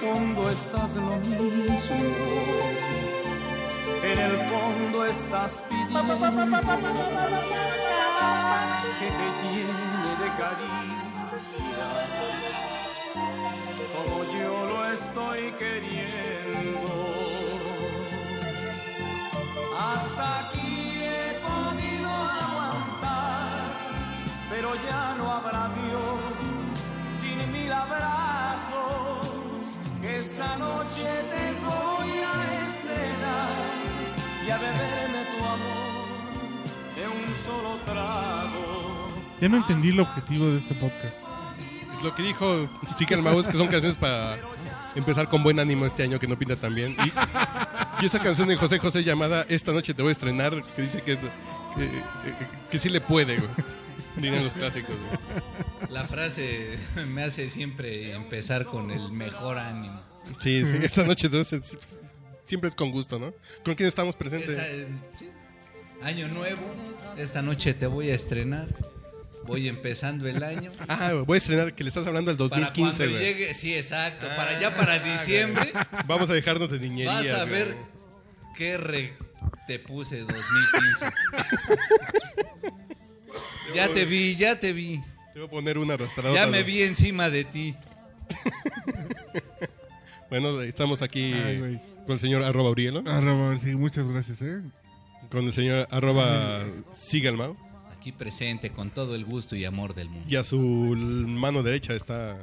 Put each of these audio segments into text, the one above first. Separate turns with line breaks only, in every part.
fondo estás lo mismo. En el fondo estás pidiendo que te llene de caricias, como yo lo estoy queriendo. Hasta aquí he podido aguantar, pero ya no habrá Dios sin mil abrazos. Esta noche te voy a estrenar y a beberme tu amor de un solo trago.
Ya no entendí el objetivo de este podcast.
Lo que dijo Chicken Mouse, que son canciones para empezar con buen ánimo este año, que no pinta tan bien. Y, y esa canción de José José llamada Esta noche te voy a estrenar, que dice que, que, que sí le puede, güey. Dirían los clásicos, güey.
La frase me hace siempre empezar con el mejor ánimo.
Sí, sí, esta noche te voy a estrenar. siempre es con gusto, ¿no? ¿Con quién estamos presentes?
Esa, eh, sí. Año nuevo, esta noche te voy a estrenar. Voy empezando el año.
Ah, güey, voy a estrenar que le estás hablando al
Para
2015,
cuando
güey. Ah,
llegue, sí, exacto, para ya para diciembre
Vamos a dejarnos de niñería.
vas a
güey.
ver qué re te puse 2015. ya te vi, ya te vi.
Te voy a poner una arrastrada.
Ya me vi encima de ti.
Bueno, estamos aquí
Ay, güey.
con el señor arroba Urielo,
Arroba, sí, muchas gracias, ¿eh?
con el señor arroba Sigalmao.
Aquí presente con todo el gusto y amor del mundo.
Y a su mano derecha está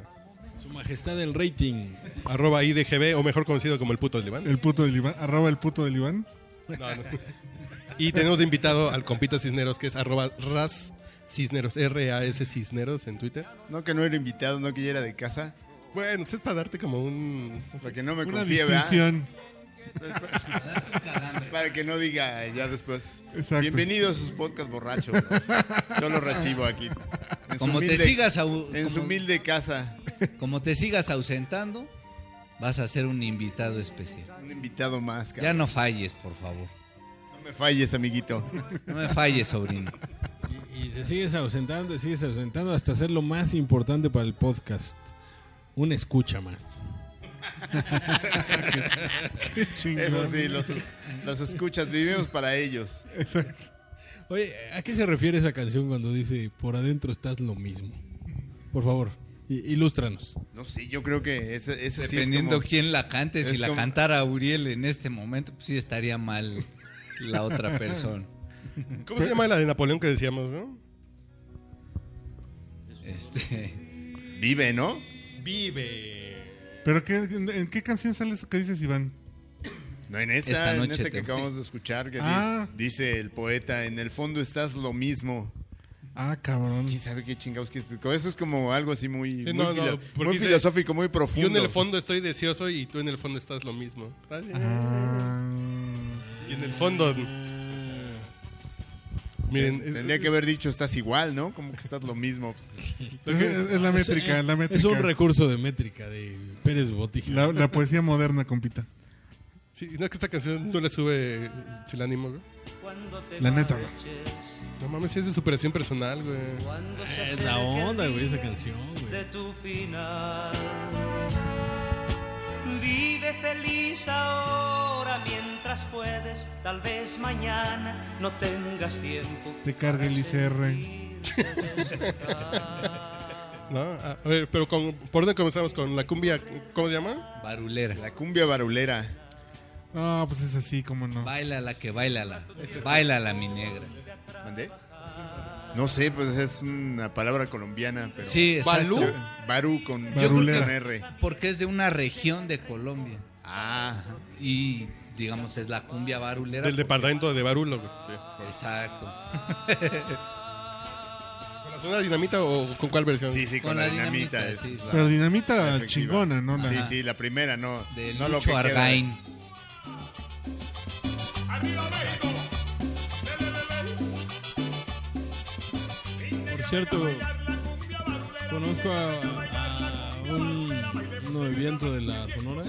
Su majestad el rating.
arroba IDGB, o mejor conocido como el puto del Iván.
El puto del Iván. Arroba el puto del Iván.
No, no. Y tenemos de invitado al compita Cisneros, que es arroba ras Cisneros, R-A-S Cisneros en Twitter.
No que no era invitado, no que ya era de casa.
Bueno, pues es para darte como un...
Para que no me
Una
confíe, ¿verdad?
distinción.
Para que no diga ya después.
Exacto.
Bienvenido a sus podcasts borrachos. Yo lo recibo aquí. En su
Como te
humilde-
sigas au-
En su
como-
humilde casa.
Como te sigas ausentando, vas a ser un invitado especial.
Un invitado más,
Ya
cabrón.
no falles, por favor.
No me falles, amiguito.
No me falles, sobrino.
Y, y te sigues ausentando, te sigues ausentando hasta hacer lo más importante para el podcast. Una escucha más.
Qué chingón.
Eso sí, los, los escuchas, vivimos para ellos.
Oye, ¿a qué se refiere esa canción cuando dice por adentro estás lo mismo? Por favor, i- ilústranos.
No sé, yo creo que ese, ese sí es
Dependiendo
como-
quién la cante, si
es
la
como-
cantara Uriel en este momento, pues sí estaría mal la otra persona.
¿Cómo se llama la de Napoleón que decíamos, no?
Este,
Vive, ¿no?
Vive.
¿Pero qué, en, en qué canción sale eso que dices, Iván?
No, en esta,
Esta
en
noche
esta
te
que
voy.
acabamos de escuchar, que di-
Ah.
dice el poeta, en el fondo estás lo mismo.
Ah, cabrón.
¿Quién sabe qué chingados que es? Eso es como algo así muy,
Sí,
muy,
no, no,
filo-
porque
muy
dice-
filosófico, muy profundo.
Yo en el fondo estoy deseoso y tú en el fondo estás lo mismo.
Ah,
Y en el fondo... Miren, es-
Eh, Tendría que haber dicho estás igual, ¿no? Como que estás lo mismo. Pues,
es, es la métrica, la métrica.
Es un recurso de métrica de Pérez Botija.
la, la poesía moderna, compita.
sí, no es que esta canción no le sube el ánimo, güey.
Cuando te
La neta, güey.
marches,
No mames, sí es de superación personal, güey.
cuando se
Ah, Es la
acerque el
onda, güey, esa
día
canción,
de
güey.
tu final. Vive feliz ahora mientras puedes, tal vez mañana no tengas tiempo.
Te carga el ICR.
¿No? Ah, A ver, pero con, ¿por dónde comenzamos? ¿Con la cumbia? ¿Cómo se llama?
barulera.
La cumbia barulera.
No, pues es así, como no.
Bailala que bailala. Bailala, mi negra.
¿Mandé? No sé, pues es una palabra colombiana, pero...
Sí, exacto.
¿Balú?
Yo- Barú con,
creo que-
con R.
Porque es de una región de Colombia.
Ah,
Y digamos, es la cumbia barulera.
Del departamento de Barulo, güey.
Exacto.
¿Con la zona dinamita o con cuál versión?
sí, sí, con, la dinamita. es
sí, sí.
la-
Pero dinamita
efectiva.
Ah, chingona, ¿no? La-
Sí, sí, la primera, no.
De
no lo que
Lucho
queda.
Argain.
Por cierto, conozco a, a un movimiento de la Sonora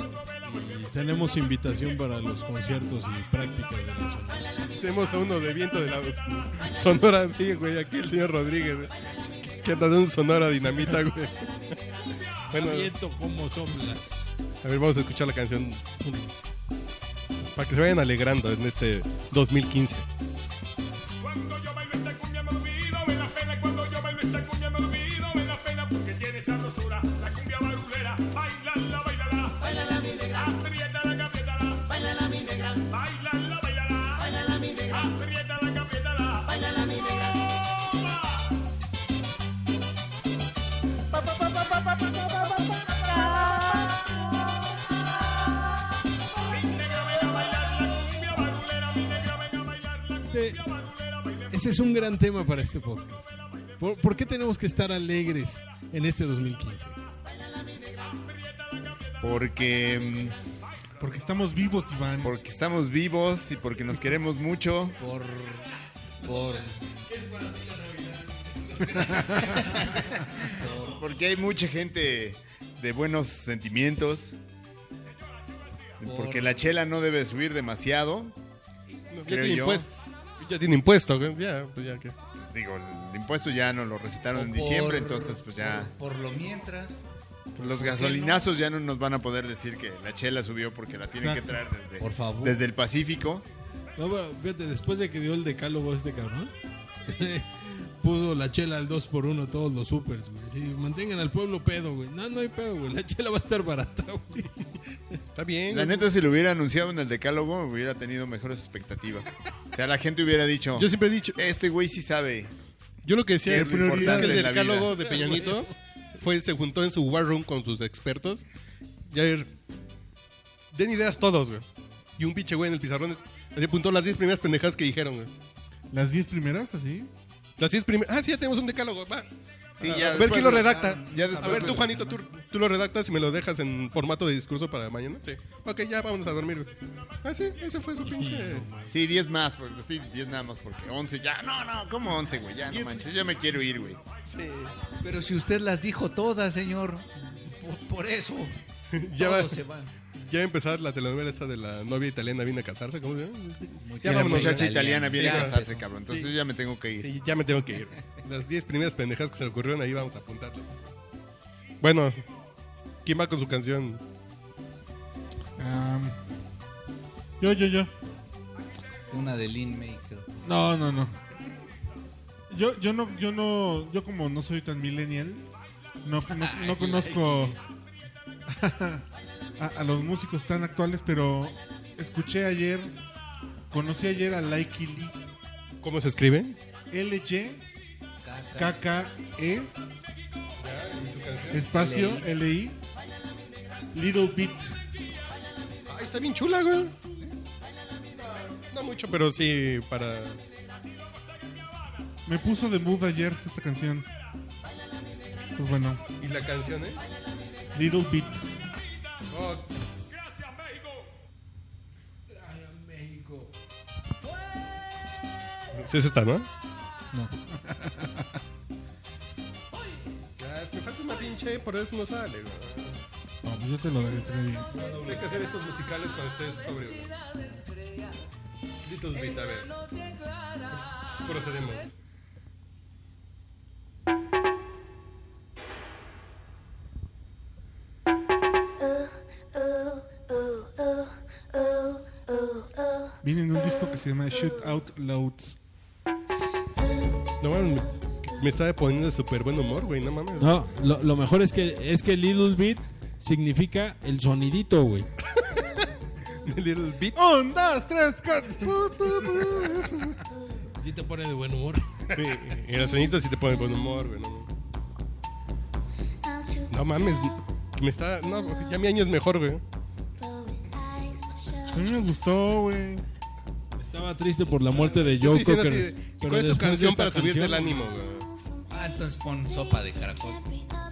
y tenemos invitación para los conciertos y prácticas de la Sonora.
Tenemos a uno de viento de la Sonora, sí, güey. Aquí el señor Rodríguez, güey, que anda de un Sonora dinamita, güey. Bueno,
Viento como soplas.
A ver, vamos a escuchar la canción. Para que se vayan alegrando en este 2015.
Cuando yo bailo esta cumbia me olvido de la pena, cuando yo bailo esta cumbia me olvido de la pena, porque tiene esa rosura, la cumbia barulera, bailala, bailala, bailala mi negra, apriétala, apriétala, bailala mi negra, bailala, bailala, bailala mi negra, apriétala, apriétala, bailala mi negra. Mi negra venga a bailar la cumbia barulera, mi negra venga a bailar la
Este-
cumbia barulera, baila
Ese es un gran tema para este podcast. ¿Por, por qué tenemos que estar alegres en este 2015?
Porque, mm,
Porque estamos vivos, Iván.
porque estamos vivos y porque nos queremos mucho.
Por. Por.
Porque hay mucha gente de buenos sentimientos. Porque la chela no debe subir demasiado.
Ya
Creo
tiene
yo.
impuesto. Ya tiene impuesto. güey, Ya, pues ya que.
Pues digo, el impuesto ya nos lo recetaron en
por-
diciembre, entonces pues ya
Por,
pues
por lo mientras.
los gasolinazos ya no nos van a poder decir que la chela subió porque la tienen que traer desde,
Por favor.
desde el Pacífico.
No, pero fíjate, después de que dio el decálogo este cabrón, puso la chela al 2 por 1 todos los supers, güey. Sí, mantengan al pueblo pedo, güey. No, no hay pedo, güey. La chela va a estar barata, güey.
Está bien.
La neta si lo hubiera anunciado en el decálogo hubiera tenido mejores expectativas. O sea, la gente hubiera dicho,
Yo siempre he dicho.
este güey sí sabe.
Yo lo que decía
Qué
es que
importante
el
en la vida.
decálogo de Peñanito fue, se juntó en su war room con sus expertos. Ya er- den ideas todos, güey. Y un pinche güey en el pizarrón así apuntó las 10 primeras pendejadas que dijeron, güey.
Las 10 primeras, así.
Las 10 primeras. Ah, sí, ya tenemos un decálogo. Va.
Sí,
a
ya
ver
después
quién lo
me-
redacta.
Ya
a
después
ver,
me-
tú, Juanito, tú, tú lo redactas y me lo dejas en formato de discurso para mañana. Sí. Ok, ya vámonos a dormir, güey. Ah, sí, ese fue su pinche.
Sí, 10 más, porque- sí, 10 nada más porque 11 ya. No, no, ¿cómo 11, güey? Ya, no manches, ya me quiero ir, güey.
Pero si usted las dijo todas, señor. Por, por eso.
Ya
todo
va.
se va.
Ya va a empezar la telenovela esta de la novia italiana viene a casarse, ¿cómo se llama?
Ya la
vámonos,
muchacha
güey.
italiana viene
Ya.
a casarse, cabrón. Entonces
Sí.
yo ya me tengo que ir.
Sí, ya me tengo que ir. Las 10 primeras pendejas que se le ocurrieron ahí vamos a apuntarlas. Bueno, ¿quién va con su canción?
Am, Ah. yo, yo, yo.
Una de Lin May, creo.
No, no, no. Yo, yo no, yo no, yo como no soy tan millennial, no, no, no conozco a, a los músicos tan actuales, pero escuché ayer, conocí ayer a Likey Lee,
¿Cómo se escribe?
L Y K
Caca.
K E espacio L I Little Beat.
Ay, Ah, está bien chula, güey. No mucho, pero sí para...
Me puso de mood ayer esta canción. Pues bueno,
¿Y la canción, eh?
Little Beat.
Oh, sí es esta, ¿no?
No.
Ya, me falta una pinche, por eso no sale, güey.
No, pues yo te lo daré, te lo daré bien.
Hay que hacer estos musicales cuando estés sobrio. güey. Little Bit, a ver. Procedemos.
Viene en un disco que se llama Shoot Out Loads.
No mames, me- me estaba poniendo de súper buen humor, güey, no mames.
No, lo, lo mejor es que, es que Little Bit significa el sonidito, güey.
Little eh, Bit.
Un, dos, tres, cuatro.
Sí te pone de buen humor.
Y el sonido sí te pone de buen humor, güey. No, mames. No mames, me está. No, ya mi año es mejor, güey.
A mí me gustó, güey.
Estaba triste por la muerte de
Yo
Joe
sí, sí, era
Cocker.
así de, ¿Cuál es tu
pero después de
canción
esta
para subirte
canción,
el ánimo, güey?
Ah, entonces pon sopa de caracol.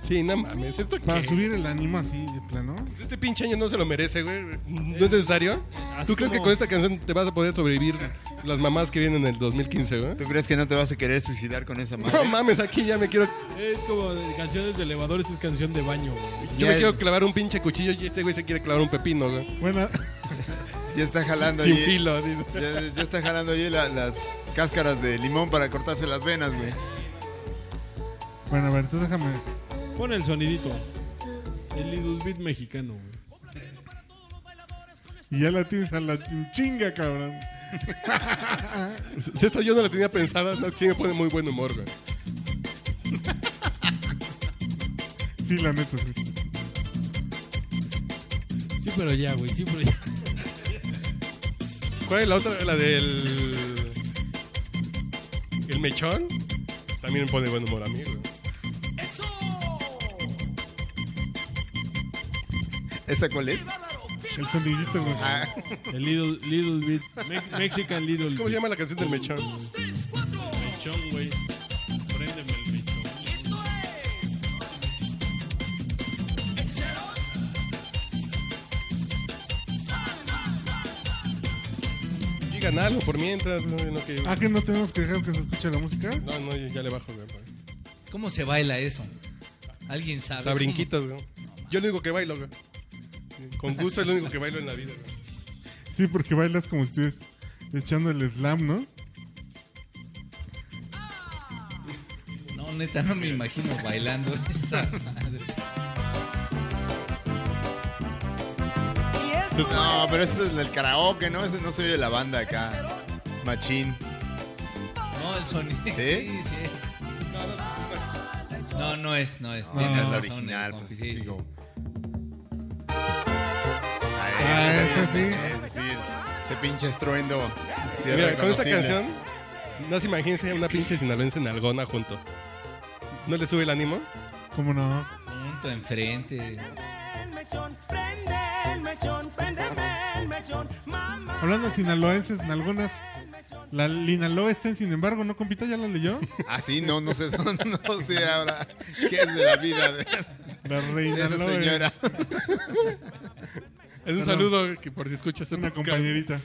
Sí, no mames, esto
Para
qué?
subir el ánimo así de plano.
Este pinche año no se lo merece, güey. ¿No es necesario?
así
¿Tú crees que
como-
con esta canción te vas a poder sobrevivir las mamás que vienen en el 2015, güey?
¿Tú crees que no te vas a querer suicidar con esa madre?
No mames, aquí ya me quiero.
Es como de canciones de elevador, esta es canción de baño, güey.
Yo me
Ya-
quiero clavar un pinche cuchillo y este güey se quiere clavar un pepino, güey.
Bueno,
Ya está jalando
Sin
ahí-
filo, dice.
Ya, ya está jalando ahí la- las cáscaras de limón para cortarse las venas, güey.
bueno, a ver, entonces déjame.
Pon el sonidito. El Little Bit mexicano, güey.
Y ya la tienes a la en chinga, cabrón.
Si Esta yo no la tenía pensada, no, sí me pone muy buen humor, güey.
Sí, la neta, sí.
Sí, pero ya, güey, sí, pero ya.
¿Cuál es la otra? La del. El mechón. También me pone buen humor a mí, güey.
¿Esa cuál es?
El sonidito, güey.
Ah.
El Little, little Bit. Me- Mexican Little
¿Cómo se
Bit.
llama la canción del mechón?
Mechón, güey. Préndeme el mechón.
Digan algo por mientras, güey, no, que-
Ah, que no tenemos que dejar que se escuche la música.
no, no, yo ya le bajo, güey. güey.
¿Cómo se baila eso? ¿Alguien sabe?
O sea, brinquitas, güey. Yo lo único que bailo, güey. Con gusto es lo único que bailo en la vida, güey.
Sí, porque bailas como si estuvieras echando el slam, ¿no?
No, neta, no me imagino bailando esta madre.
No, pero ese es el del karaoke, ¿no? Ese no se oye la banda acá. Machín.
No, el sonido.
¿Sí?
Sí, sí es. No, no es, no es.
No,
Tiene
La
razón,
original,
el
pues,
compi, sí, sí.
digo.
Ah, ese sí.
Ese sí. Ese pinche estruendo. Sí, es
Mira, con esta
reconocible.
canción, no se imagínense una pinche sinaloense en algona junto. ¿No le sube el ánimo?
¿Cómo no?
Punto enfrente.
Hablando de sinaloenses, nalgonas. La Linaloa está, sin embargo, ¿no, compita? ¿Ya la leyó?
Ah, sí, no, no sé, no, no sé ahora qué es de la vida de,
La
de
reina
esa señora.
Es un saludo que por si escuchas este
Una
podcast.
compañerita.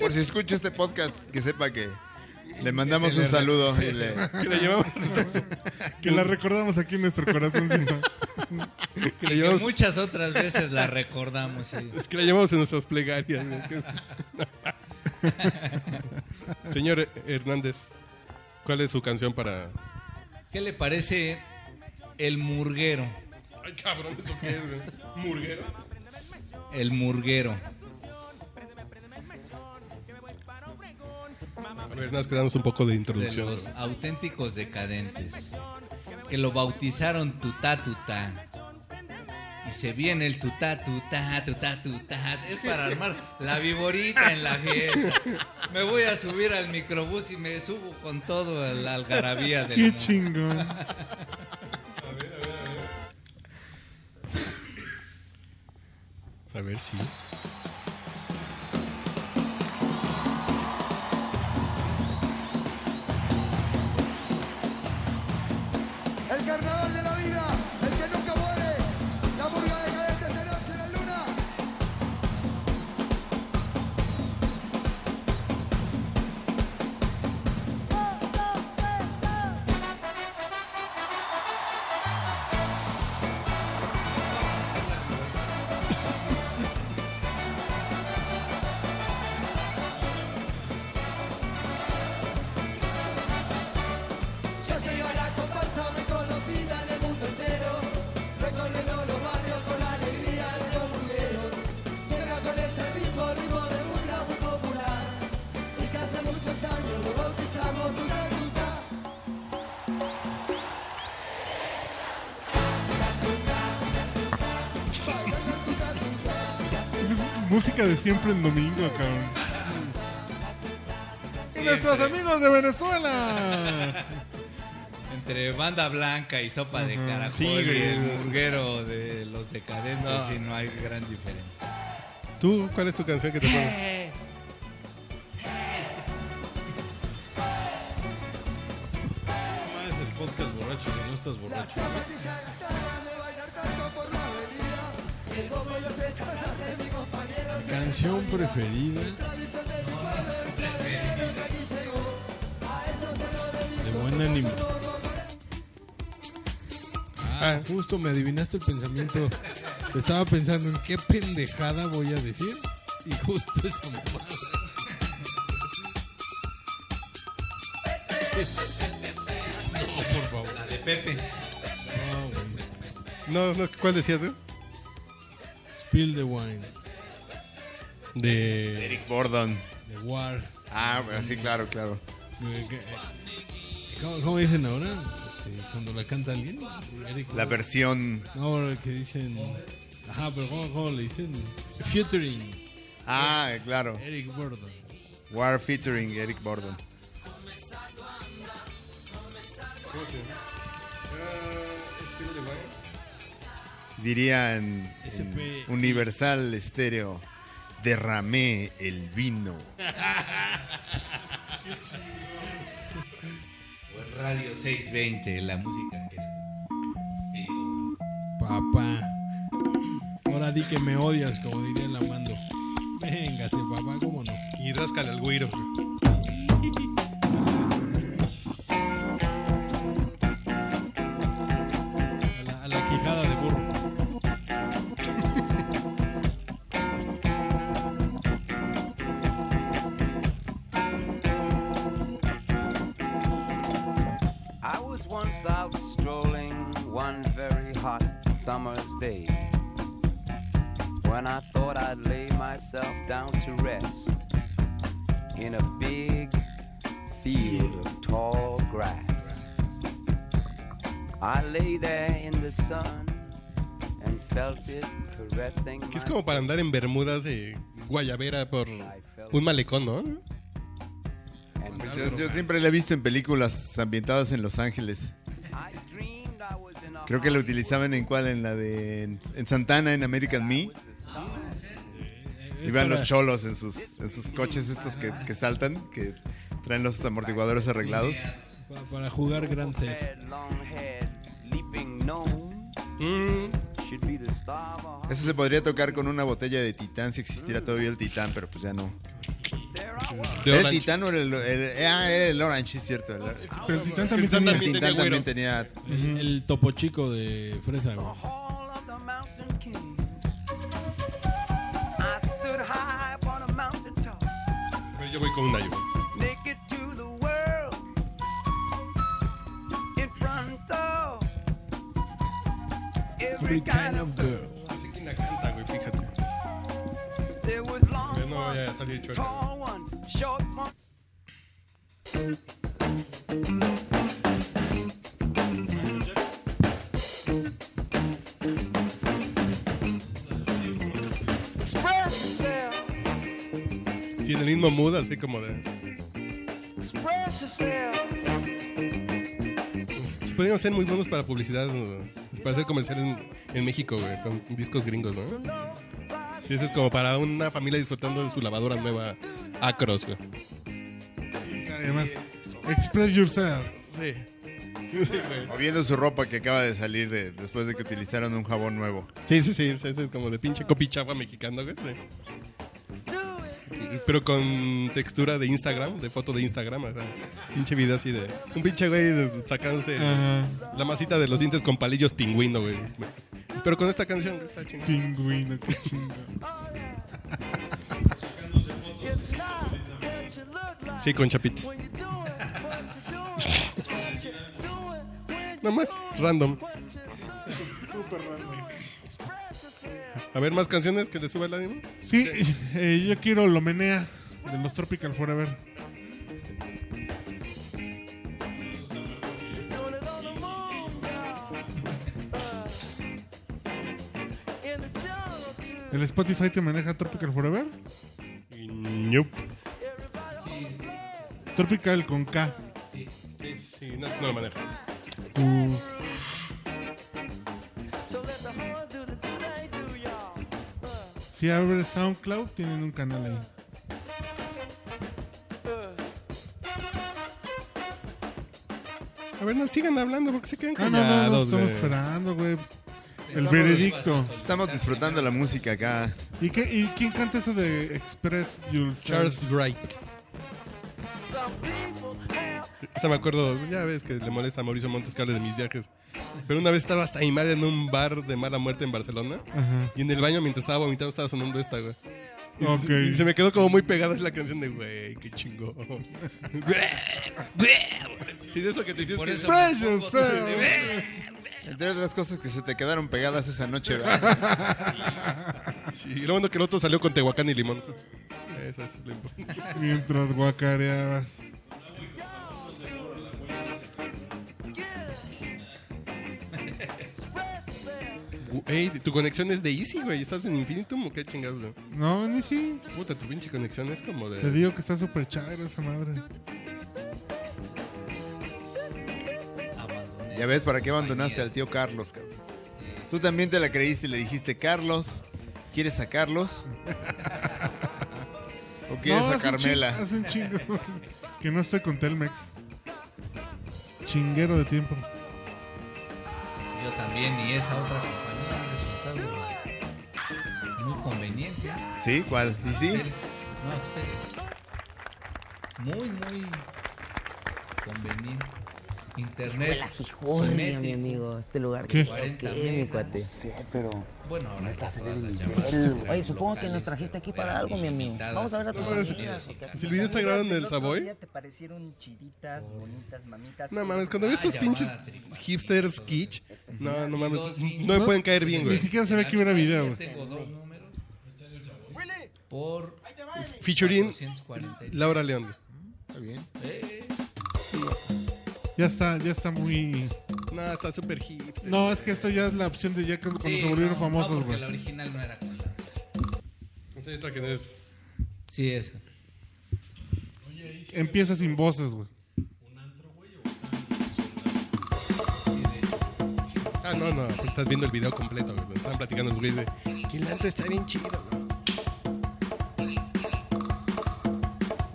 Por si escucha este podcast, que sepa que le mandamos
se
un
le-
saludo.
se
y le-
Que le llevamos,
Que la recordamos aquí en nuestro corazoncito.
que le
Que
llevamos,
muchas otras veces la recordamos. sí.
que le llevamos en nuestras plegarias. güey. Señor Hernández, ¿cuál es su canción para...?
¿Qué le parece el murguero?
Ay, cabrón, ¿eso qué es, güey? ¿Murguero?
El murguero.
A ver, nos quedamos un poco de
de
introducción.
los
güey.
auténticos decadentes que lo bautizaron tutá tutá y se viene el tutá tutá tutá tutá es para armar la viborita en la fiesta me voy a subir al microbús y me subo con todo a la algarabía del
Qué
amor.
chingón.
A ver, sí.
El carnaval de la vida, el que nunca muere, la burga de cadetes de noche en la luna. Ya llegó la comparsa reconocida en el mundo entero, recorriendo los barrios con la alegría de los murgueros. Llega con este ritmo, ritmo de burla muy popular, y que hace muchos años lo bautizamos Tuta Tuta.
Esa es música de siempre en domingo, cabrón. Y nuestros amigos de Venezuela.
entre banda blanca y sopa de caracol
Sí,
y
güey.
el murguero de los decadentes y no hay gran diferencia
¿Tú cuál es tu canción que te pones?
Ah, Es el podcast borracho, si no estás
La
borracho.
zapatilla gastaban de bailar tanto por la avenida, el bombo y los estrellas de mi compañero.
Canción preferida
Tradición de mi pueblo, el sabedero que aquí llegó, a eso se lo dedico.
de buen ánimo.
Ah,
Justo me adivinaste el pensamiento. Estaba pensando en qué pendejada voy a decir. Y justo esa mamada. No, por favor.
de Pepe
No,
no,
güey.
no, ¿cuál decías, güey?
Spill the wine.
de.
Eric Borden.
de War.
Ah, bueno, sí, claro, claro.
de que- Eh, ¿Cómo, cómo dicen ahora? Este, cuando la canta alguien. Eric
La
Borden.
versión.
No, lo que dicen. Ajá, pero ¿cómo, cómo le dicen? Featuring
Ah, claro.
Eric Borden.
War featuring Eric Borden. Diría en, en
SP.
Universal Estéreo, derramé el vino.
O en Radio 620, la música que es. que llegó.
Papá. Ahora di que me odias, como diría el Amando. Véngase, papá, cómo no.
Y ráscale al güiro.
A la, a la quijada de burro.
I was once out strolling one very hot summer's day when I thought I'd lay myself down to rest in a big field of tall grass. I lay there in the sun and felt it caressing
Que es
my
como para andar en Bermudas de Guayabera por un malecón, ¿no?
and
Yo, yo siempre la he visto en películas ambientadas en Los Ángeles.
I dreamed I was in a
Creo que la
Hollywood
utilizaban en cuál, en la de en, en Santana, en American Me.
with the stars.
Y vean los cholos en sus, en sus coches estos que, que saltan, que traen los amortiguadores arreglados.
Pa- Para jugar Grand Theft.
Head, long head, leaping gnome
Mm,
should be the star of a
Eso se podría tocar con una botella de titán si existiera todavía el titán, pero pues ya no.
There I was,
de
¿Era el
Orange.
titán o era el, el- ah, era el orange? Sí, cierto. El,
Pero el titán también
Titán
tenía.
también
el titán
tenía güero.
también tenía.
El, el topo chico de Fresa, güey.
hall of the mountain king. I stood high upon a mountain top,
Pero yo voy con un ayo.
naked to the world. In front of every
Every
kind of
girl.
Así que la canta, güey, fíjate.
there was long
Yo no voy
ones,
a salir chueco.
tall ones, short ones. Express yourself,
Sí, en el mismo mood, así como de.
express yourself.
Podríamos ser muy buenos para publicidad, ¿no? para hacer comerciales en, en México, güey, con discos gringos, ¿no? Sí, eso es como para una familia disfrutando de su lavadora nueva Acros, güey.
Además, Express Yourself.
Sí.
O viendo su ropa que acaba de salir de, después de que utilizaron un jabón nuevo.
Sí, sí, sí, eso es como de pinche copichafa mexicano, güey. sí. Pero con textura de Instagram, de foto de Instagram, o sea, pinche video así de. Un pinche güey sacándose
Ajá.
la masita de los dientes con palillos pingüino, güey. Pero con esta canción, güey, está chingada.
Pingüino, qué chingo.
Sí, con chapitos. Nomás, random.
Súper random.
A ver, más canciones que te suba el ánimo.
Sí, eh, yo quiero lo menea de los Tropical Forever. ¿El Spotify te maneja Tropical Forever?
Nope.
Tropical con K.
Sí, sí, no, no lo manejo.
Q. Si abres SoundCloud, tienen un canal ahí.
A ver, no sigan hablando porque se quedan
Ah, no, no, no,
callados,
estamos
güey.
esperando, güey. El
Estamos-
veredicto.
Estamos disfrutando la música acá.
¿Y, qué, ¿Y quién canta eso de Express Yourself?
Charles Wright. Esa me acuerdo, ya ves que le molesta a Mauricio Montes que hable de mis viajes. Pero una vez estaba hasta mi madre en un bar de mala muerte en Barcelona.
Ajá.
Y en el baño mientras estaba vomitando estaba sonando esta, güey. Y
Ok.
se- y se me quedó como muy pegada esa canción de, güey, qué chingón. sí, de eso que te tienes
Por
que...
eso
Express
me pongo-
Yourself.
Entre otras cosas que se te quedaron pegadas esa noche, ¿verdad?
Sí, y lo bueno que el otro salió con Tehuacán y Limón. Eso es lo importante.
Mientras guacareabas.
Ey, tu conexión es de Easy, güey. ¿Estás en Infinitum o qué chingados, güey?
No, ni sí.
Puta, tu pinche conexión es como
Te
de.
digo que está súper chévere esa madre.
Abandoné
Ya ves,
sus
¿para qué abandonaste al
compañías.
tío Carlos, cabrón? Tú también te la creíste y le dijiste, Carlos, ¿quieres a Carlos? ¿O quieres
No,
a
hace un
Carmela?
chin- Hace un chingo. que no estoy con Telmex. Chinguero de tiempo.
Yo también y esa otra compañía han resultado muy conveniente.
¿Sí? ¿Cuál? ¿Y sí?
Tele- No, pues, tele. Muy, muy conveniente. Internet.
La Gijonia, mi
simétrico.
amigo. Este lugar
¿Qué?
que
Cuarenta
mi
megas.
cuate.
Bueno, ahora que todas las llamadas
Oye,
eran
Oye, supongo que
locales,
nos trajiste aquí
eran
para algo, mi amigo.
ilimitadas,
Vamos a ver a tus
Estados Unidos
amigas.
y
Si el video está grabado en el Savoy.
¿Te parecieron chiditas, bonitas, mamitas?
No mames, cuando ves estos
Ah,
pinches
llamada, tripa.
hipsters kitsch, no, no mames,
Dos
no
niños.
me pueden caer bien,
Ni
güey.
siquiera sabía que hubiera video.
Tengo dos números. Por
Featuring
440.
Laura León.
Eh,
Ya está, ya está muy.
No, está súper hipster.
No, es que esto ya es la opción de ya cuando, cuando
sí,
se volvieron
no, no,
famosos,
porque
güey.
la original no era con la-
Sí, otra que no es.
Sí, esa.
Empieza sin voces, güey.
Ah, no, no, tú estás viendo el video completo, güey. lo Están platicando los güeyes de. El alto está bien chido, güey".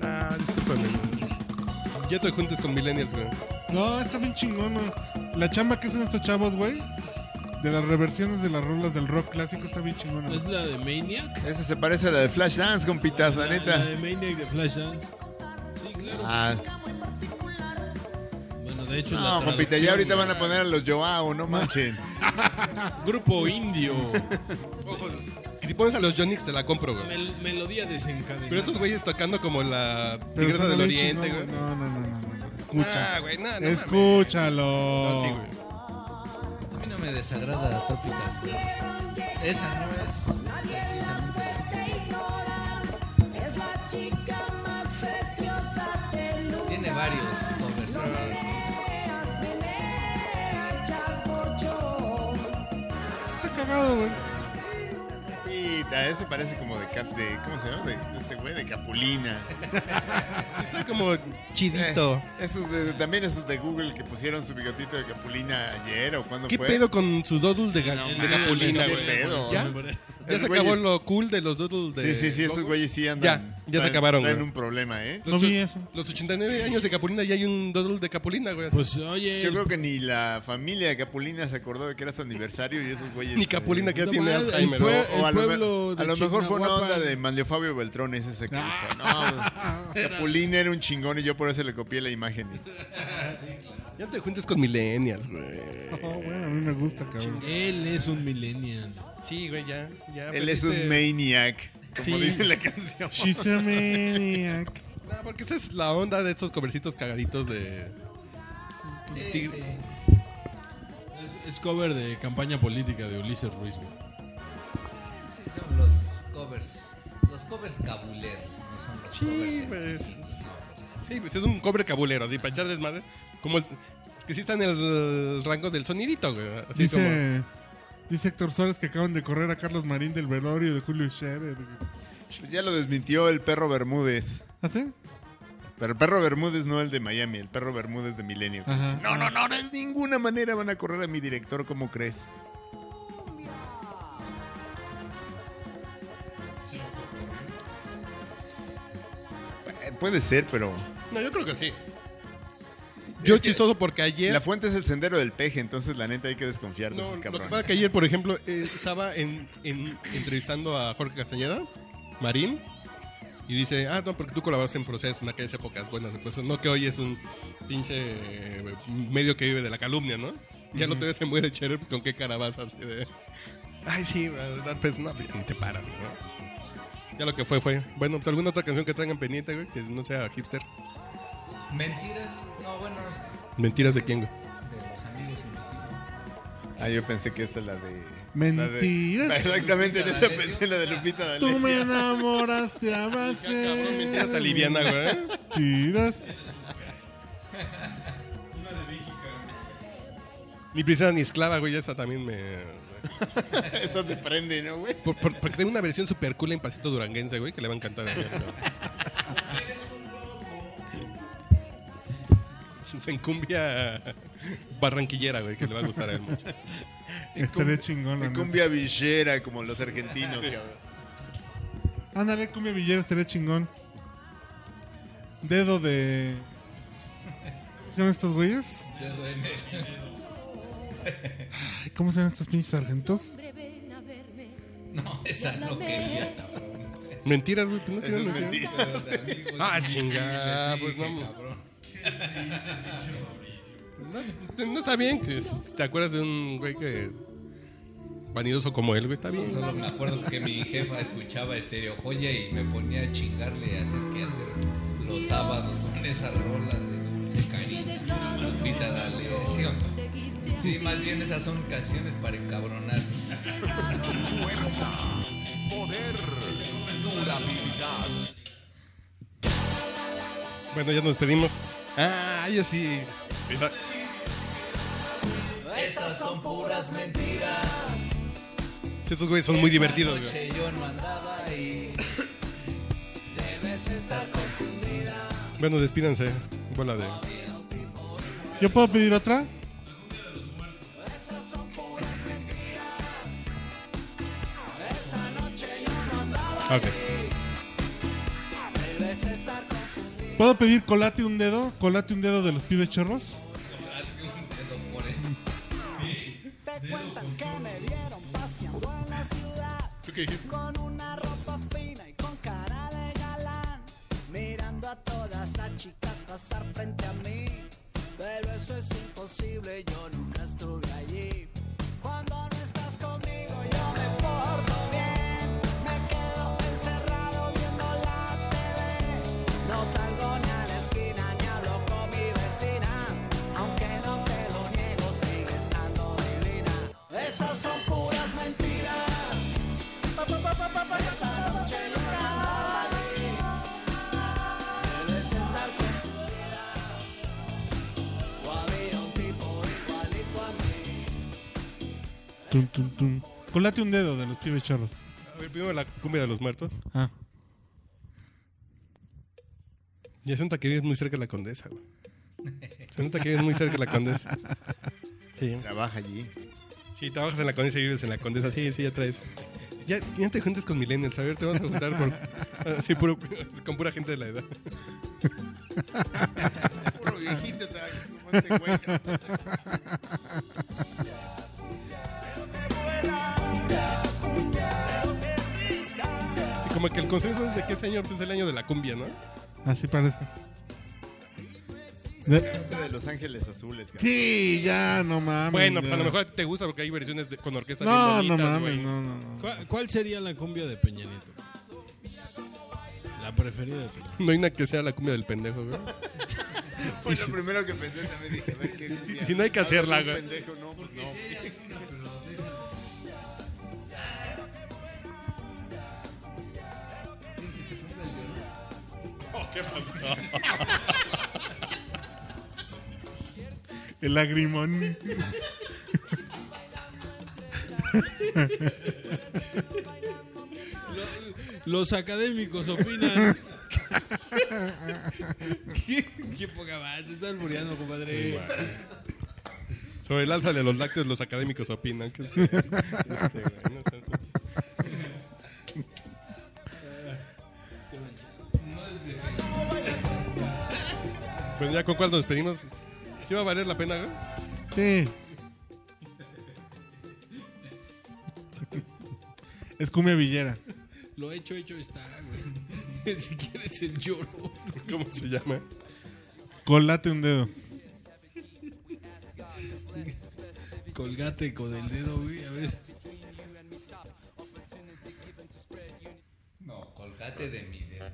Ah, discúlpame. güey. Ya te juntes con millennials, güey.
No, está bien chingón, ¿no? La chamba que hacen estos chavos, güey. De las reversiones de las rolas del rock clásico está bien chingona.
Pues,
güey.
¿Es la de Maniac?
Esa se parece a la de Flash Dance, compitas, la
La
neta.
de Maniac de Flashdance. Sí, claro.
Ah,
Bueno, de hecho, la
no, compita,
traducción,
ya ahorita
güey.
van a poner a los Joao, no manchen.
Grupo indio.
Y si pones a los Jonix, te la compro, güey.
Mel- melodía desencadenada.
Pero estos güeyes tocando como la
Pero
tigresa
suena
del
bien
oriente,
chingón,
güey.
No, no, no, no, no, no. Escucha.
Ah, güey, no, no mames.
Escúchalo.
No, sí, güey.
A mí no me desagrada la Tropical Club. Esa no es precisamente la- Tiene varios covers así.
ah,
Está cagado, güey.
Compita, ese parece como de, Cap- de ¿cómo se llama? De, de este güey, de Capulina.
Está como chidito.
Eh, esos de- también esos de Google que pusieron su bigotito de Capulina ayer o cuando
¿Qué
fue.
pedo con su doodle de, ga-
No,
de
mames,
Capulina,
qué
Ah, güey?
pedo.
¿Ya? Ya
Esos
se acabó
güeyes-
lo cool de los doodles de.
Sí, sí, sí, esos güeyes sí andan.
Ya, ya se acabaron,
Traen
güey.
un problema, ¿eh?
No vi eso.
Los 89 años de Capulina ya hay un doodle de Capulina, güey.
Pues oye.
Yo creo que ni la familia de Capulina se acordó de que era su aniversario y esos güeyes.
Ni Capulina que ya
puta
tiene
madre,
Alzheimer.
el
güey.
fue-
O a lo, me-
pueblo de
a lo mejor fue una
Chignahuapan.
onda de Manlio Fabio Beltrón, ese se dijo.
Ah.
No, pues, Capulina era un chingón y yo por eso le copié la imagen.
Ya te juntes con millennials, güey. Eh,
Oh, bueno, a mí me gusta, cabrón.
Él es un millennial.
Sí, güey, ya. ya este-
Él es un
perdiste-
maniac, como
Sí.
dice la canción.
She's a maniac.
No, porque esa es la onda de esos comercitos cagaditos de. Tig-
Es, es cover de campaña política de Ulises Ruiz. güey.
Sí, son los covers. Los covers cabuleros, no son los
Sí,
covers
pues.
exquisitos, no.
Sí, pues es un cobre cabulero, así, para echar desmadre. Como el- que sí está en el, rango del sonidito, güey. Así como.
Dice, dice Héctor Suárez que acaban de correr a Carlos Marín del velorio de Julio Scherer. güey.
Pues ya lo desmintió el perro Bermúdez.
¿Ah, sí?
Pero el perro Bermúdez no el de Miami, el perro Bermúdez de Milenio.
Ajá.
No, no, no, de ninguna manera van a correr a mi director, ¿cómo crees? Eh, Puede ser, pero
No, yo creo que sí. Yo
Es que-
chistoso porque ayer.
la fuente es el sendero del peje, entonces la neta hay que desconfiar de
No,
esos
lo que
cabrones.
pasa es que ayer, por ejemplo, eh, estaba en, en- entrevistando a Jorge Castañeda, Marín, y dice, ah, no, porque tú colaboras en proceso en aquellas épocas buenas de proceso. No que hoy es un pinche eh, medio que vive de la calumnia, ¿no? Ya no te ves se muere Cherer, con qué cara vas así de... Ay, sí, va a dar peso. No, pues, ni te paras, ¿no? Ya lo que fue, fue. Bueno, pues alguna otra canción que traigan pendiente, güey, que no sea hipster.
Mentiras, no, bueno,
Mentiras de quién, güey.
de los amigos invisibles.
Ah, yo pensé que esta es la de.
Mentiras.
la de- exactamente, en
Lupita
esa
D'Alessio.
pensé en la de Lupita D'Alessio.
Tú me enamoraste a base.
Ya está liviana, güey.
Tiras.
Ni princesa ni esclava, güey. Esa también me.
Eso te prende, ¿no, güey?
Por- por- porque tengo una versión super cool en pasito duranguense, güey, que le va a encantar. a Adrián, güey. Es en cumbia barranquillera, güey, que le va a gustar a él mucho.
Estaré chingón, la
En
neta.
cumbia villera, como los argentinos, cabrón.
Ándale, cumbia villera, estaré chingón. Dedo de. ¿Cómo se llaman estos güeyes?
Dedo en el-
Ay, ¿Cómo se llaman estos pinches sargentos?
No, esa no quería, cabrón.
Mentiras, güey, pues no
Eso es
tienen mentiras.
mentira.
Los amigos
Ah,
invisibles,
chingada,
dije,
pues, no.
cabrón.
No, pues no está bien. que es- ¿Te acuerdas de un güey que. vanidoso como él, güey? Está bien.
Solo me acuerdo que mi jefa escuchaba Estereo Joya y me ponía a chingarle a hacer qué hacer los sábados con esas rolas de dulce cariño, Lupita D'Alessio. Sí, más bien esas son canciones para encabronarse.
Fuerza, poder, durabilidad.
Bueno, ya nos pedimos. Ah, ya sí. Esa-
Esas son puras mentiras.
Esos güeyes son muy divertidos, güey.
Noche yo no andaba ahí. Debes estar confundida.
Bueno, despídanse. Bola de. Ah,
¿Yo puedo pedir otra?
Ok.
¿Puedo pedir colate un dedo? ¿Colate un dedo de los pibes chorros?
¿Tú qué dijiste?
Tum, tum, tum. Colate un dedo de los pibes chorros.
A ver, primero la cumbia de los muertos.
Ah.
Ya se nota que vives muy cerca de la condesa, güey. Se nota que vives muy cerca de la condesa. Sí.
Trabaja allí.
Sí, trabajas en la condesa y vives en la condesa. Sí, sí, ya traes. Ya, ya te juntes con millennials, a ver, te vamos a juntar por, así, puro- con pura gente de la edad.
Puro viejito, trabaja como este güey.
Sí, como que el consenso es de que ese año pues, es el año de la cumbia, ¿no?
Así parece. De-
Este de Los Ángeles Azules, cabrón.
Sí, ya, no mames.
Bueno, pues a
ya.
lo mejor te gusta porque hay versiones de- con orquesta
No,
bien
no
bonitas,
mames,
güey.
no, no, no.
¿Cuál, cuál sería la cumbia de Peña Nieto? La preferida de Peña
No hay una que sea la cumbia del pendejo, güey.
Fue lo primero que pensé también. Dije, a ver qué.
Y si no hay que hacerla, güey.
Pendejo, no, pues no.
El lagrimón.
Nieto. Los académicos opinan. ¿Qué, qué poca va, te estás muriendo, compadre.
Sobre el alza de los lácteos, los académicos opinan. que sí. Este, güey, no sé. Bueno, ya con cuál nos despedimos. ¿Sí va a valer la pena, güey?
Sí. Es cumbia villera.
Lo hecho, hecho está, güey. Si quieres el lloro.
¿Cómo se llama?
Colate un dedo.
Colgate con el dedo, güey. A ver.
No, colgate de mi dedo.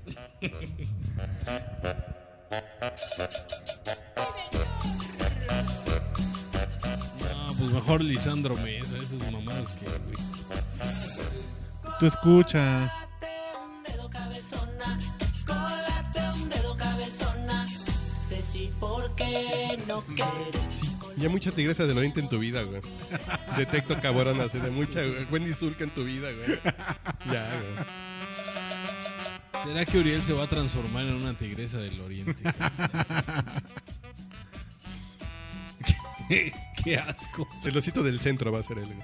No, pues mejor mejor Lisandro Mesa, esas mamadas que.
Tú escucha.
Ya mucha tigresa del oriente en tu vida, güey. Detecto cabronas, de mucha güey. Wendy Zulka en tu vida, güey. Ya, güey.
¿Será que Uriel se va a transformar en una tigresa del oriente? Qué asco.
El osito del centro va a ser él, güey.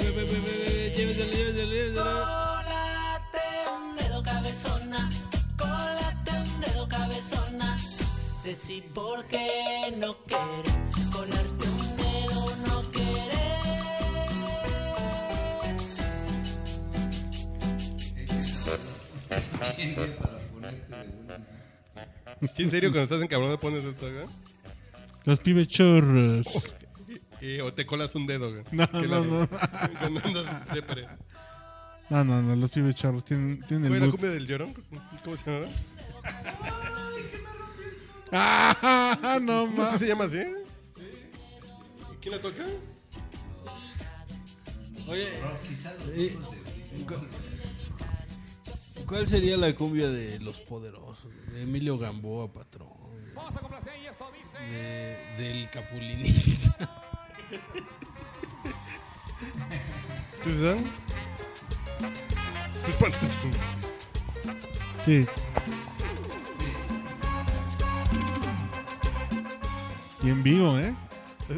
Lléveselo, lléveselo, lléveselo.
¿Sí, ¿En serio cuando estás encabronado pones esto, güey?
Los pibes chorros.
Eh, o te colas un dedo, güey.
No,
Que
no, no.
Cuando andas siempre.
No, no, no, los pibes chorros tienen, tienen
¿Fue
el
la
look.
cumbia del llorón? Pues, ¿Cómo se llamaba?
¡Ah! No
¿No sé si
más.
se llama así? ¿Y ¿Quién la toca?
Oye, eh, cu- ¿cuál sería la cumbia de los poderosos? De Emilio Gamboa, patrón. De- del Capulinista.
¿Tú sabes? Pues ponte.
Sí. Y en vivo, ¿eh?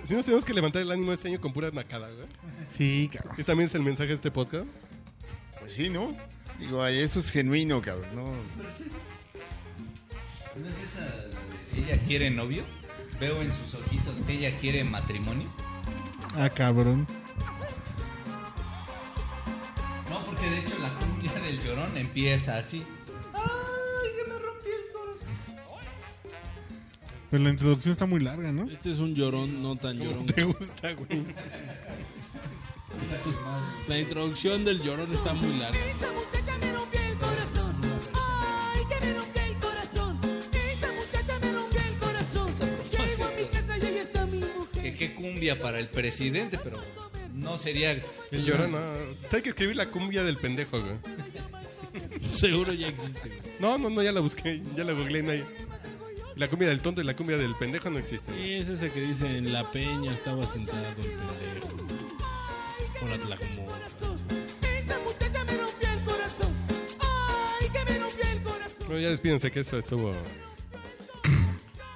Si nos tenemos que levantar el ánimo este año con pura nacada, güey.
Sí, cabrón.
Y también es el mensaje de este podcast.
Pues sí, ¿no? Digo, ay, eso es genuino, cabrón. ¿no?
¿No es esa la de ella quiere novio? Veo en sus ojitos que ella quiere matrimonio.
Ah, cabrón.
No, porque de hecho la cumbia del llorón empieza así.
Pero la introducción está muy larga, ¿no?
Este es un llorón, no tan llorón.
¿Te gusta, güey?
La introducción del llorón está muy larga.
Esa muchacha me rompió el corazón. Ay, que me rompió el corazón. Esa muchacha me rompió el corazón. Llego a mi casa y ahí está mi mujer.
Que qué cumbia para el presidente, pero no sería.
El llorón, no. Hay que escribir la cumbia del pendejo, güey.
Seguro ya existe. güey.
No, no, no, ya la busqué, ya la googleé, no hay. La cumbia del tonto y la cumbia del pendejo no existen. güey.
Es esa que dice: En la peña estaba sentado el pendejo. Por Atlacomón.
Esa muchacha me rompió el corazón. Ay, que me rompió el corazón.
Bueno, ya despídense que eso estuvo.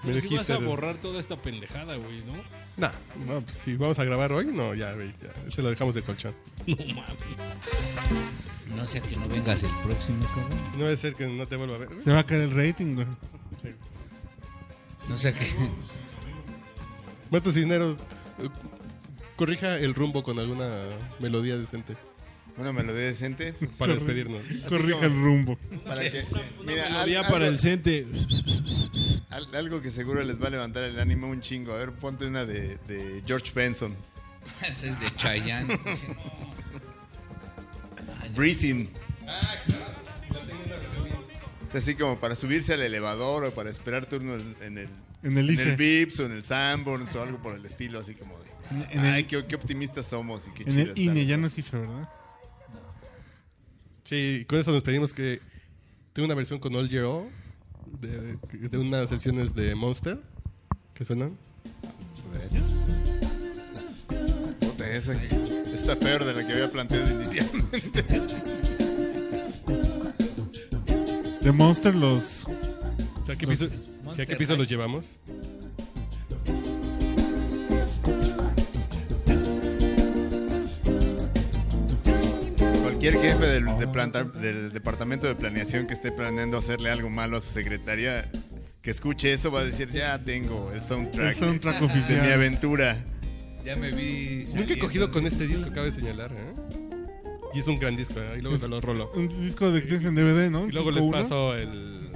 Pero si Pues vas a
hipster.
borrar toda esta pendejada, güey, ¿no?
Nah, no, pues, si vamos a grabar hoy, no, ya, güey, ya. Este lo dejamos de colchón.
No mames.
No sea que no vengas el próximo, cabrón.
No debe ser que no te vuelva a ver, güey.
Se va a caer el rating, güey.
No sea que.
Matos Cisneros, eh, corrija el rumbo con alguna melodía decente
Una melodía decente. pues,
para despedirnos.
Corrija el rumbo.
para que, mira,
Una
al-
melodía
algo,
para el cente.
al- algo que seguro les va a levantar el ánimo un chingo. A ver, ponte una de, de George Benson.
Es de Chayanne.
Breathing.
Ah,
Así como para subirse al elevador o para esperar turno en en el,
En el IFE.
Vips o en el Sanborns o algo por el estilo, así como de.
En el-
ay, qué, qué optimistas somos y qué
En el
chidas
INE
estamos".
ya no es cifra, ¿verdad?
Sí, con eso nos pedimos que tengo una versión con All Year Old de, de unas sesiones de Monster que suenan.
Puta, esa está peor de la que había planteado inicialmente.
The Monster los...
O sea, ¿qué
Los-
piso, o sea, ¿qué piso los llevamos?
Cualquier jefe del, de planta- del departamento de planeación que esté planeando hacerle algo malo a su secretaria, que escuche eso va a decir, ya tengo el soundtrack,
El soundtrack
de mi
oficial.
aventura.
Ya me vi.
Nunca he este
saliendo.
cogido con este disco, cabe señalar. ¿eh? Y es un gran disco, ¿eh? y luego
Es-
se lo rolo.
Un disco de que tienes en DVD, ¿no?
Y luego les
5-1.
paso el.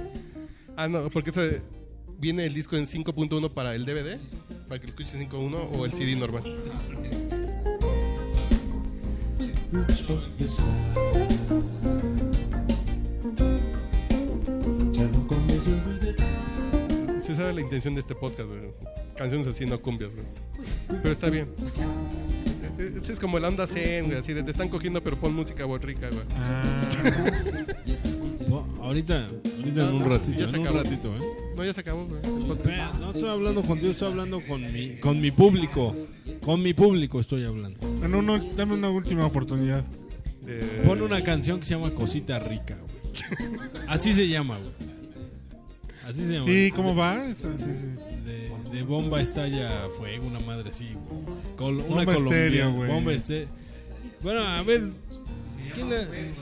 Ah, no, porque esto viene el disco en 5.1 para el DVD, para que lo escuches 5.1 o el CD normal. Se sabe la intención de este podcast, güey. Canciones así, no cumbias, güey. Pero está bien. Eh, Es es como la onda zen, güey, así de te están cogiendo, pero pon música rica, güey.
Ah,
Po- Ahorita, ahorita en un ratito,
Ya se
en un
acabó.
ratito, ¿eh?
No, ya se acabó, güey. el podcast.
Ve, No estoy hablando contigo, estoy hablando con mi, con mi público. Con mi público estoy hablando.
bueno, uno- dame una última oportunidad.
De-
Pon una canción que se llama Cosita Rica, güey. Así se llama, güey. Así se llama.
Sí, ¿cómo va? Sí, sí, sí.
De, de bomba estalla fuego, una madre así, güey. Col- una
Bomba
colombiana,
estéreo, güey.
Bomba estéreo. Bueno, a ver. ¿quién le-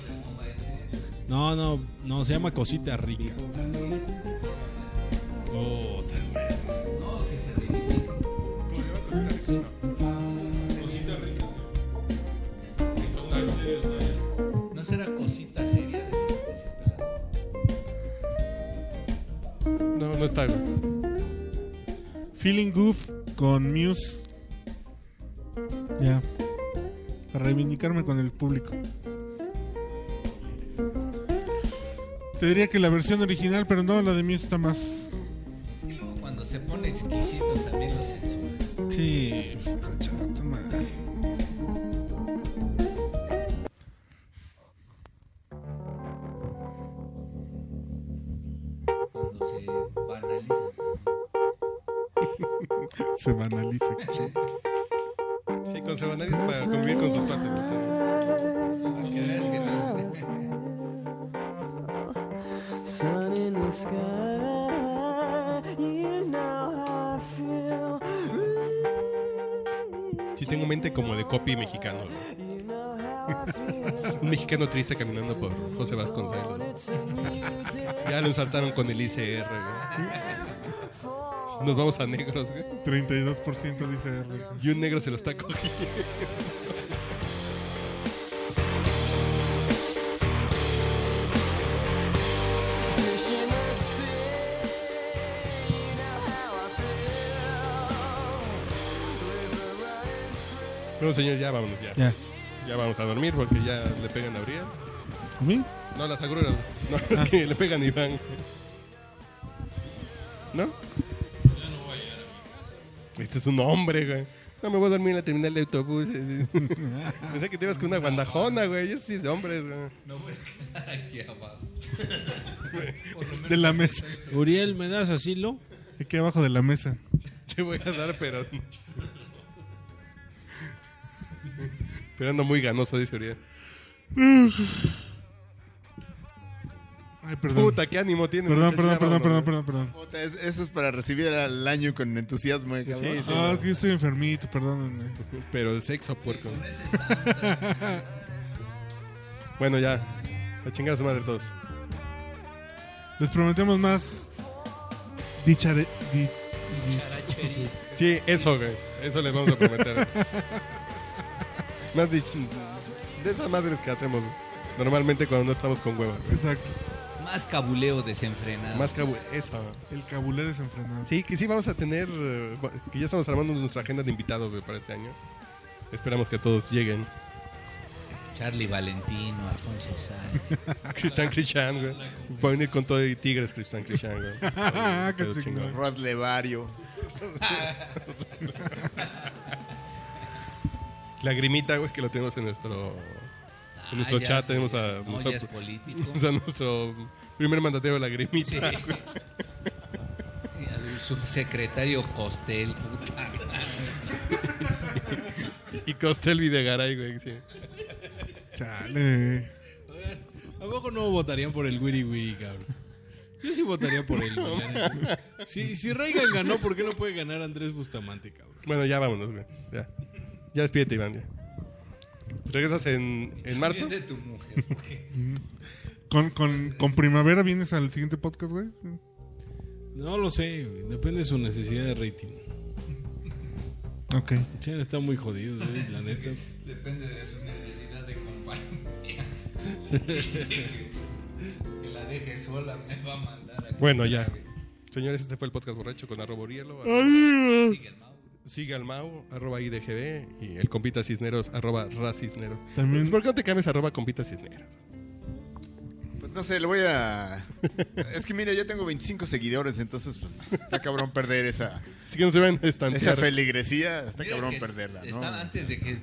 No, no, no, se llama Cosita Rica. Oh, tal vez. Cosita Rica, sí. Bomba estéreo está ahí.
¿No será cosita seria de los ojos pelados?
No, no está, güey.
Feeling Good con Muse. Ya. Para reivindicarme con el público. Te diría que la versión original, pero no, la de Muse está más.
Es que luego cuando se pone exquisito también lo censuras.
Sí, pues, está chato, madre.
Cuando se banaliza.
Se banaliza.
Sí, con Sabanariz para convivir con sus patas. ¿no?
Para que veas que no.
Sun in the sky, you know how I feel.
Sí, tengo mente como de copy mexicano. güey. Un mexicano triste caminando por José Vasconcelos. ¿no? Ya lo saltaron con el ICR. güey. Nos vamos a negros. güey.
32% dice R.
Y un negro se lo está cogiendo. Bueno, señores, ya vámonos. Ya.
Ya.
ya vamos a dormir porque ya le pegan a Uriel.
¿A mí?
No, las agruras. No, que le pegan a Iván. ¿No? Este es un hombre, güey. No me voy a dormir en la terminal de autobuses. Pensé que te ibas con una guandajona, güey. Eso sí es de hombres, güey.
No voy a quedar aquí abajo.
De la mesa.
Uriel, ¿me das asilo?
Aquí abajo de la mesa.
Te voy a dar, pero. Pero ando muy ganoso, dice Uriel.
Ay, perdón.
Puta, qué ánimo tiene.
perdón,
muchacho,
perdón,
ya
perdón, perdón, perdón,
vámonos,
perdón.
Puta, es- Eso es para recibir al año con entusiasmo. eh, cabrón.
Sí, sí.
Ah, es que yo estoy enfermito, perdónenme.
güey. Pero el sexo, puerco.
Con ese soundtrack.
Bueno, ya. A chingar a su madre todos.
Les prometemos más. Dichare. di- di-
Charachería.
Sí, eso, güey. Eso les vamos a prometer. Más dicho, de esas madres que hacemos normalmente cuando no estamos con hueva. güey.
Exacto.
Más cabuleo desenfrenado.
Más que eso.
El cabulé desenfrenado.
Sí, que sí vamos a tener, eh, que ya estamos armando nuestra agenda de invitados güey, para este año. Esperamos que todos lleguen.
Charlie Valentino, Alfonso Sáenz.
Ah,
Cristian Cristian, güey. Va a venir con todo y tigres Cristian Cristian, güey.
Ah, qué
Todo
chingón.
chingón.
Rod Levario.
Lagrimita, güey, que lo tenemos en nuestro, en nuestro
ya
chat.
sé.
Tenemos a,
No,
nuestro-
ya es político.
tenemos a nuestro primer mandatario de Lagrimita.
Sí. Y al subsecretario Costel, puta.
Y Costel Videgaray, güey. Sí.
Chale.
¿A poco no votarían por el Wiri Wiri, cabrón? Yo sí votaría por él. güey, la neta. si, si Reagan ganó, ¿por qué no puede ganar Andrés Bustamante, cabrón?
Bueno, ya vámonos, güey. Ya, ya despídete, Iván. ya. ¿Regresas en, en marzo?
Bien de tu mujer. porque
¿Con, con, con primavera vienes al siguiente podcast, güey?
No lo sé, güey. depende de su necesidad de rating.
Ok.
Chen está muy jodido, güey, la neta.
Depende de su necesidad de compañía. Sí, que, que la deje sola me va a mandar a...
Bueno, ya. Señores, este fue el podcast borracho con arroba Urielo. arroba-
Sigue el Mau.
Sigue al Mau, arroba IDGB y el compita cisneros, arroba racisneros.
También-
¿Por qué no te cambias arroba compita cisneros?
Pues no sé, le voy a. Es que mira, ya tengo 25 seguidores, entonces pues está cabrón perder esa,
Así que no se van a
esa
estantear.
feligresía, está
Mira
cabrón
que
perderla. ¿no?
Estaba antes de que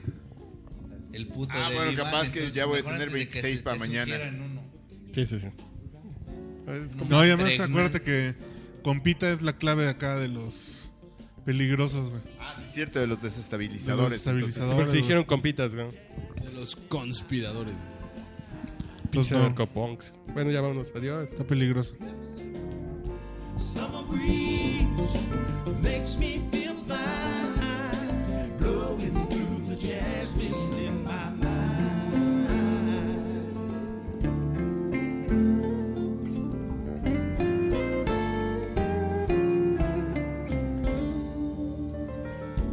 el puto
Ah,
de
bueno,
Iván,
capaz que
entonces,
ya voy a
mejor
tener
antes de que
26
se-
para
te
mañana.
sugieran uno.
Sí, sí, sí. Es como-
No, y además
Drake,
acuérdate que compita es la clave de acá de los peligrosos, güey.
Ah, sí, es cierto, de los
De los
desestabilizadores. entonces.
estabilizadores.
Porque se
güey.
dijeron compitas, güey.
De los conspiradores.
Pues
Pinche
no,
narcopunks. Bueno, ya vámonos. Adiós.
Está peligroso.
Summer breeze makes me feel fine, blowing through the jasmine in my mind.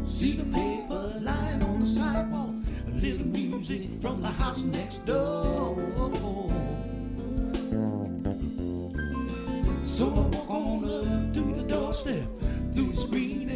See the paper lying on the sidewalk, a little music from the house next door. So I walk on up to the doorstep, through the screen